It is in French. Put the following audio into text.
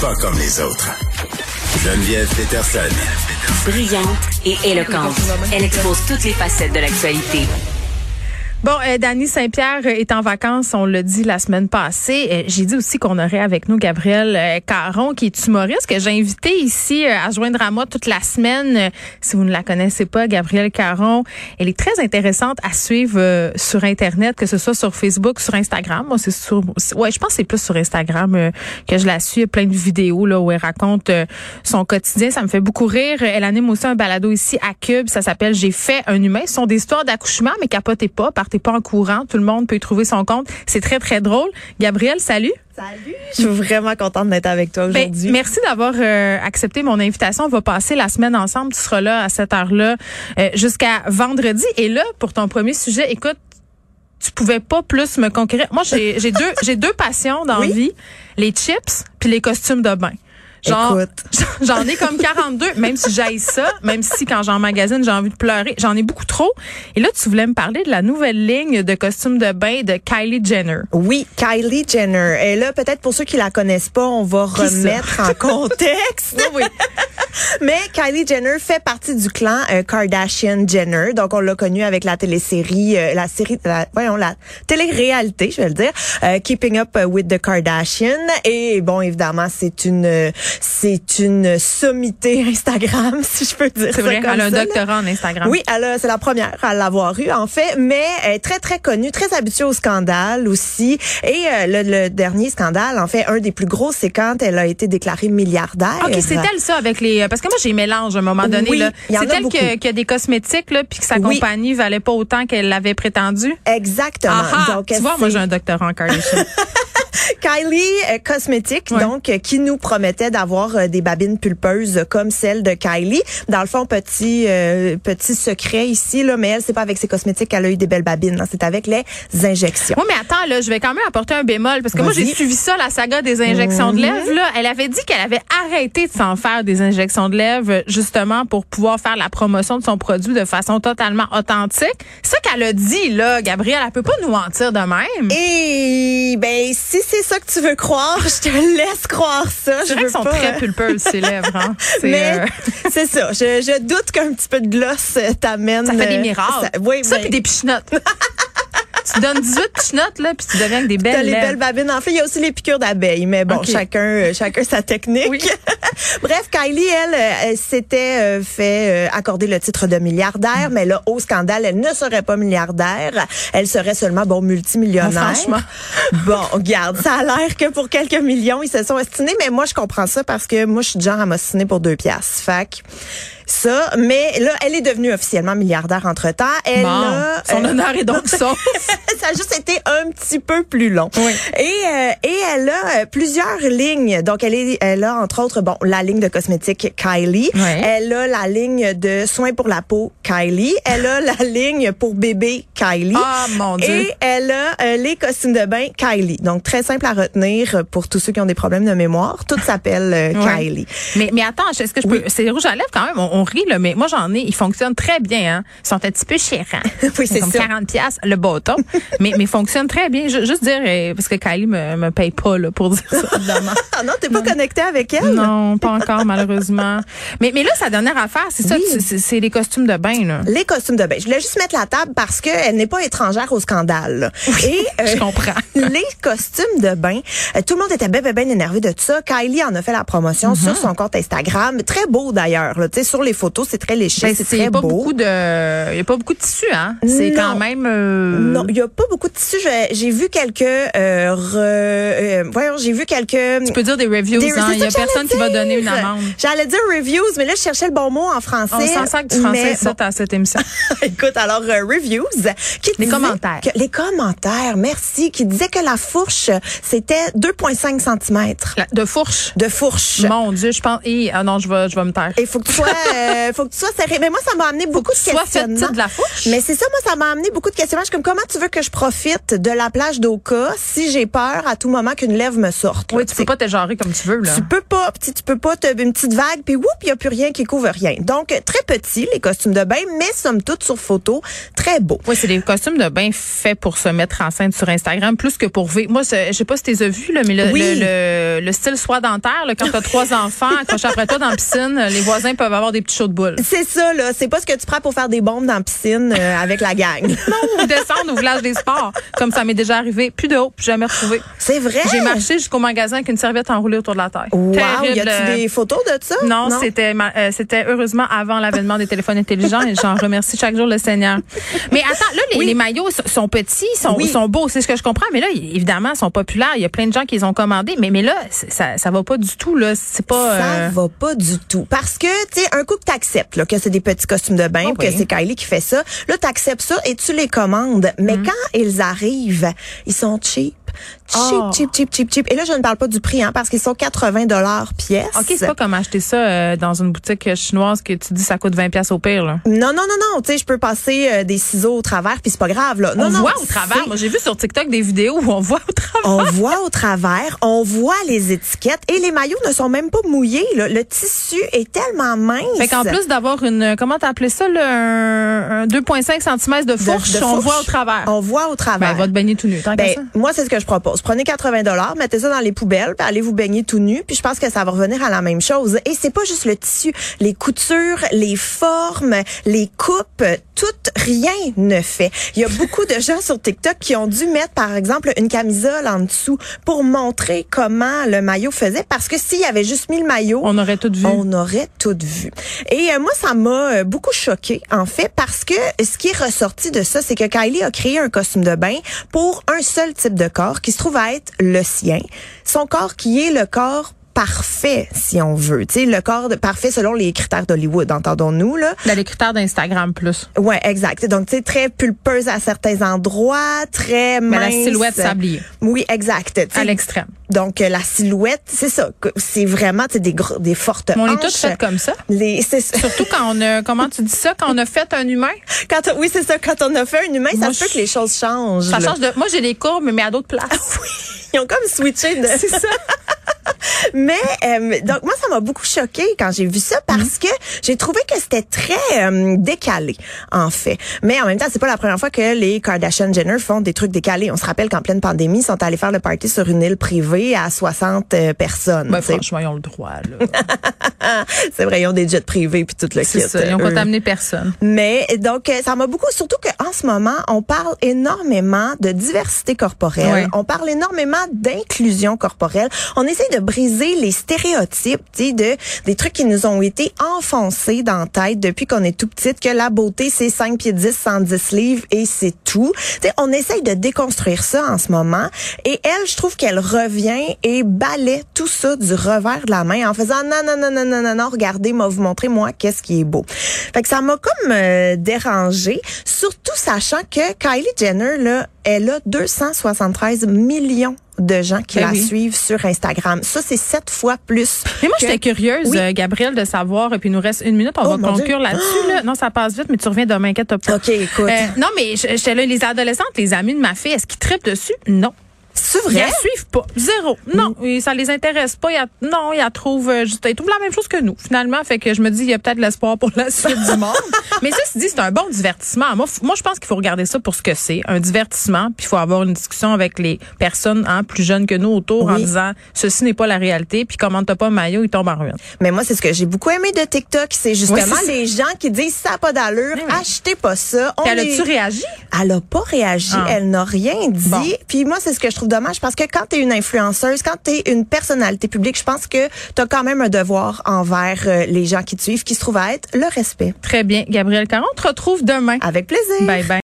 Pas comme les autres. Geneviève Peterson. Brillante et éloquente. Elle expose toutes les facettes de l'actualité. Bon, euh, Dany Saint-Pierre est en vacances, on l'a dit la semaine passée. Euh, J'ai dit aussi qu'on aurait avec nous Gabriel euh, Caron, qui est humoriste, que j'ai invité ici euh, à joindre à moi toute la semaine. Euh, Si vous ne la connaissez pas, Gabrielle Caron, elle est très intéressante à suivre euh, sur Internet, que ce soit sur Facebook, sur Instagram. Moi, c'est sur... Ouais, je pense que c'est plus sur Instagram euh, que je la suis. Plein de vidéos là où elle raconte euh, son quotidien. Ça me fait beaucoup rire. Elle anime aussi un balado ici à Cube. Ça s'appelle « J'ai fait un humain ». Ce sont des histoires d'accouchement, mais capotez pas, par t'es pas en courant. Tout le monde peut y trouver son compte. C'est très, très drôle. Gabrielle, salut. Salut. Je suis vraiment contente d'être avec toi aujourd'hui. Ben, merci d'avoir euh, accepté mon invitation. On va passer la semaine ensemble. Tu seras là à cette heure-là euh, jusqu'à vendredi. Et là, pour ton premier sujet, écoute, tu pouvais pas plus me conquérir. Moi, j'ai deux, j'ai deux passions dans oui? vie. Les chips puis les costumes de bain. Genre, j'en ai comme 42, même si j'aille ça, même si quand j'en magasine, j'ai envie de pleurer. J'en ai beaucoup trop. Et là, tu voulais me parler de la nouvelle ligne de costumes de bain de Kylie Jenner. Oui, Kylie Jenner. Et là, peut-être pour ceux qui la connaissent pas, on va qui remettre ça? en contexte. oui, oui. Mais Kylie Jenner fait partie du clan euh, Kardashian Jenner. Donc on l'a connue avec la télésérie euh, la série la, voyons la télé-réalité, je vais le dire, euh, Keeping Up with the Kardashians et bon évidemment, c'est une c'est une sommité Instagram si je peux dire C'est vrai, comme elle a un ça, doctorat en Instagram. Oui, elle c'est la première à l'avoir eu en fait, mais elle est très très connue, très habituée au scandale aussi et euh, le, le, dernier scandale en fait un des plus gros c'est quand elle a été déclarée milliardaire. Ah, OK, c'est elle ça avec les parce que moi j'ai mélange à un moment donné oui, là. C'est elle qui a, qu a des cosmétiques là puis que sa oui. compagnie valait pas autant qu'elle l'avait prétendu. Exactement. Aha, Donc, Ah, tu vois, moi j'ai un doctorat en Kardashian. Kylie Cosmetics, oui. donc, qui nous promettait d'avoir euh, des babines pulpeuses comme celle de Kylie. Dans le fond, petit euh, petit secret ici, là, mais elle, c'est pas avec ses cosmétiques qu'elle a eu des belles babines. hein, C'est avec les injections. Oui, mais attends, là, je vais quand même apporter un bémol parce que moi, j'ai suivi ça, la saga des injections mmh. de lèvres. Là. Elle avait dit qu'elle avait arrêté de s'en faire des injections de lèvres justement pour pouvoir faire la promotion de son produit de façon totalement authentique. C'est ça qu'elle a dit, là, Gabrielle. Elle peut pas nous mentir de même. Et ben, si c'est ça que tu veux croire, je te laisse croire ça. Je vrai veux sont pas. très pulpeuses, ces lèvres. Hein? euh, Mais euh... c'est ça. Je, je doute qu'un petit peu de gloss t'amène. euh, Ça fait des miracles. Ça, oui, Euh, ça mais... puis des pichenottes. tu donnes 18 pichenottes, là, puis tu deviens avec des belles. T'as les belles babines. En fait, il y a aussi les piqûres d'abeilles, mais bon, okay. chacun, euh, chacun sa technique. Oui. Bref, Kylie, elle, euh, elle s'était euh, fait accorder le titre de milliardaire, mmh. mais là, au scandale, elle ne serait pas milliardaire. Elle serait seulement, bon, multimillionnaire. Ah, franchement. bon, regarde, ça a l'air que pour quelques millions, ils se sont estimés, mais moi, je comprends ça parce que moi, je suis du genre à m'ostiner pour deux piastres. Fac ça. Mais là, elle est devenue officiellement milliardaire entre-temps. Elle bon, a, son euh, honneur est donc sauf. ça a juste été un petit peu plus long. Oui. Et, euh, et elle a euh, plusieurs lignes. Donc, elle, est, elle a, entre autres, bon, la ligne de cosmétiques Kylie. Oui. Elle a la ligne de soins pour la peau Kylie. Elle a la ligne pour bébé Kylie. Ah, oh, mon Dieu. Et elle a euh, les costumes de bain Kylie. Donc, très simple à retenir pour tous ceux qui ont des problèmes de mémoire. Tout s'appelle oui. Kylie. Mais, mais attends, est-ce que je peux... C'est rouge à lèvres quand même. On, on rit, là, mais moi, j'en ai. Ils fonctionnent très bien. Hein. Ils sont un petit peu chérants. oui, c'est Comme 40 pièces le bâton. mais, mais fonctionnent très bien. Je, juste dire, euh, parce que Kylie me, me paye pas là, pour dire ça, évidemment. Ah non, t'es pas connecté avec elle? Non, pas encore, malheureusement. Mais, mais là, sa dernière affaire, c'est oui. ça, c'est les costumes de bain. Là. Les costumes de bain. Je voulais juste mettre la table parce qu'elle n'est pas étrangère au scandale. Là. Oui, Et, euh, je comprends. les costumes de bain, tout le monde était bien, bien, ben énervé de tout ça. Kylie en a fait la Mhm. promotion mm -hmm. sur son compte Instagram. Très beau, d'ailleurs. Sur les les photos, c'est très léché, ben, c'est très pas beau. Beaucoup de, il n'y a pas beaucoup de tissu, hein. C'est quand même. Euh... Non, il n'y a pas beaucoup de tissu. J'ai vu quelques, euh, re, euh, voyons, j'ai vu quelques. Tu peux dire des reviews. Il hein? n'y a personne dire. qui va donner une amende. J'allais dire reviews, mais là je cherchais le bon mot en français. On s'en sent que du français ça bon. dans cette émission. Écoute, alors euh, reviews. Qui les commentaires. Que, les commentaires. Merci. Qui disait que la fourche c'était 2,5 cm. La, de fourche. De fourche. Mon Dieu, je pense. Et, ah non, je vais, je vais me taire. Il faut que tu sois Euh, faut que tu sois serré. Mais moi, ça m'a amené beaucoup de questions. de la fourche. Mais c'est ça, moi, ça m'a amené beaucoup de questions. Je suis comme, comment tu tu veux que je profite de la plage d'Oka si j'ai peur à tout moment qu'une lèvre me sorte? là, Oui, tu peux sais? pas te genrer comme tu veux, là. Tu peux pas, petit, tu peux pas, t'as une petite vague, puis oups, il y a plus rien qui couvre rien. Donc très petit les costumes de bain, mais somme toute sur photo, très beau. Oui, c'est des costumes de bain faits pour se mettre en scène sur Instagram, plus que pour vivre. Moi, c'est- je sais pas si tu les as vus, là, mais le, Oui. le, le- le style soie dentaire, là, quand t'as trois enfants accrochés après toi dans la piscine, les voisins peuvent avoir des petits shows de boules. C'est ça là, c'est pas ce que tu prends pour faire des bombes dans la piscine euh, avec la gang. Ou descendre au village des sports, comme ça m'est déjà arrivé. Plus de haut, plus jamais retrouvé. C'est vrai. J'ai marché jusqu'au magasin avec une serviette enroulée autour de la taille. Wow, Terrible. euh, y a-tu des photos de ça Non, c'était ma- euh, c'était heureusement avant l'avènement des téléphones intelligents et j'en remercie chaque jour le Seigneur. Mais attends, là les, les maillots so- sont petits, sont Oui. sont beaux, c'est ce que je comprends, mais là ils- évidemment ils sont populaires, il y a plein de gens qui les ont commandés, mais mais là c'est- ça ça va pas du tout là, c'est pas euh, Ça va pas du tout. Parce que, tu sais, un coup que t'acceptes là, que c'est des petits costumes de bain, Oh que oui. c'est Kylie qui fait ça, là, t'acceptes ça et tu les commandes. Mais Mm. quand ils arrivent, ils sont cheap. Cheap, Oh. cheap, cheap, cheap, cheap. Et là, je ne parle pas du prix, hein, parce qu'ils sont 80 dollars pièce. OK, c'est pas comme acheter ça euh, dans une boutique chinoise que tu dis ça coûte 20 pièces au pire là. Non, non, non, non. Tu sais, je peux passer euh, des ciseaux au travers, puis c'est pas grave, là. Non, on non, voit au c'est- travers. Moi, j'ai vu sur TikTok des vidéos où on voit au travers. On voit au travers, on voit les étiquettes et les maillots ne sont même pas mouillés. là. Le tissu est tellement mince. Fait qu'en plus d'avoir une, comment t'appelais ça, là, un, un 2,5 cm de de- de fourche, on fourche. voit au travers. On voit au Ben, travers. va te baigner tout nu, tant Ben, qu'à ça. moi, c'est ce que je propose. Prenez 80 dollars, mettez ça dans les poubelles, puis allez vous baigner tout nu, puis je pense que ça va revenir à la même chose. Et c'est pas juste le tissu, les coutures, les formes, les coupes, tout rien ne fait. Il y a beaucoup de gens sur TikTok qui ont dû mettre par exemple une camisole en dessous pour montrer comment le maillot faisait parce que s'il y avait juste mis le maillot, On aurait tout vu. on aurait tout vu. Et euh, moi, ça m'a euh, beaucoup choqué en fait, parce que ce qui est ressorti de ça, c'est que Kylie a créé un costume de bain pour un seul type de corps qui se trouve à être le sien. Son corps qui est le corps parfait, si on veut. Tu sais, le corps de- parfait selon les critères d'Hollywood, entendons-nous, là. Dans les critères d'Instagram plus. Ouais, exact. Donc, tu sais, très pulpeuse à certains endroits, très Mais mince. la silhouette sablier. Oui, exact. Tu sais, À l'extrême. donc euh, la silhouette, c'est ça, que- c'est vraiment tu sais, des gros- des fortes Mais on est hanches. toutes faites comme ça. Les- c'est ça. Surtout quand on a, comment tu dis ça, quand on a fait un humain. Quand on- oui, c'est ça. Quand on a fait un humain, Moi, ça se peut je- Ah que les choses changent. Ça là. change de, moi j'ai les courbes, mais à d'autres places. Ils ont comme switché de. C'est ça. Mais euh, donc moi, ça m'a beaucoup choqué quand j'ai vu ça parce Mhm. que j'ai trouvé que c'était très euh, décalé en fait. Mais en même temps, c'est pas la première fois que les Kardashian Jenner font des trucs décalés. On se rappelle qu'en pleine pandémie, ils sont allés faire le party sur une île privée à 60 euh, personnes. Ben, tu sais. franchement, ils ont le droit, là. c'est vrai, ils ont des jets privés puis tout le kit. C'est ça. Ils ont euh, eux. contaminé personne. Mais donc, euh, ça m'a beaucoup, surtout qu'en ce moment, on parle énormément de diversité corporelle. Ouais. On parle énormément d'inclusion corporelle. On essaie de briser les stéréotypes, tu sais, de, des trucs qui nous ont été enfoncés dans la tête depuis qu'on est tout petite, que la beauté, c'est 5 pieds 10, 110 livres et c'est tout. Tu sais, on essaye de déconstruire ça en ce moment. Et elle, je trouve qu'elle revient et balaie tout ça du revers de la main en faisant non, non, non, non, non, non, non, regardez, moi, vous montrer, moi, qu'est-ce qui est beau. Fait que ça m'a comme euh, dérangée, surtout sachant que Kylie Jenner, là, elle a 273 millions de gens qui Ben la oui. suivent sur Instagram. Ça, c'est sept fois plus. Mais moi, que- j'étais curieuse, Oui. euh, Gabrielle, de savoir, et puis il nous reste une minute, on Oh, va mon Dieu. conclure là-dessus. Là. Non, ça passe vite, mais tu reviens demain, inquiète pas. OK, écoute. Euh, non, mais j- j'étais là, les adolescentes, les amis de ma fille, est-ce qu'ils trippent dessus? Non. C'est Ils vrai? Mm. la suivent pas. Zéro. Non. Et ça les intéresse pas. Ils la- non, ils la trouvent, euh, juste- ils trouvent la même chose que nous, finalement. Fait que je me dis, il y a peut-être l'espoir pour la suite du monde. Mais ça, se dit, c'est un bon divertissement. Moi, f- moi je pense qu'il faut regarder ça pour ce que c'est. Un divertissement. Puis il faut avoir une discussion avec les personnes hein, plus jeunes que nous autour en Oui. disant, ceci n'est pas la réalité. Puis comment t'as pas maillot, il tombe en ruine. Mais moi, c'est ce que j'ai beaucoup aimé de TikTok. C'est justement c'est ça. les gens qui disent ça n'a pas d'allure, Mais oui. achetez pas ça. On Puis elle est- a-tu réagi? Elle a pas réagi, Ah. elle n'a rien dit. Bon. Puis moi, c'est ce que je trouve dommage parce que quand tu es une influenceuse, quand tu es une personnalité publique, je pense que tu as quand même un devoir envers euh, les gens qui te suivent qui se trouvent à être le respect. Très bien. Gabrielle Caron, on te retrouve demain. Avec plaisir. Bye bye.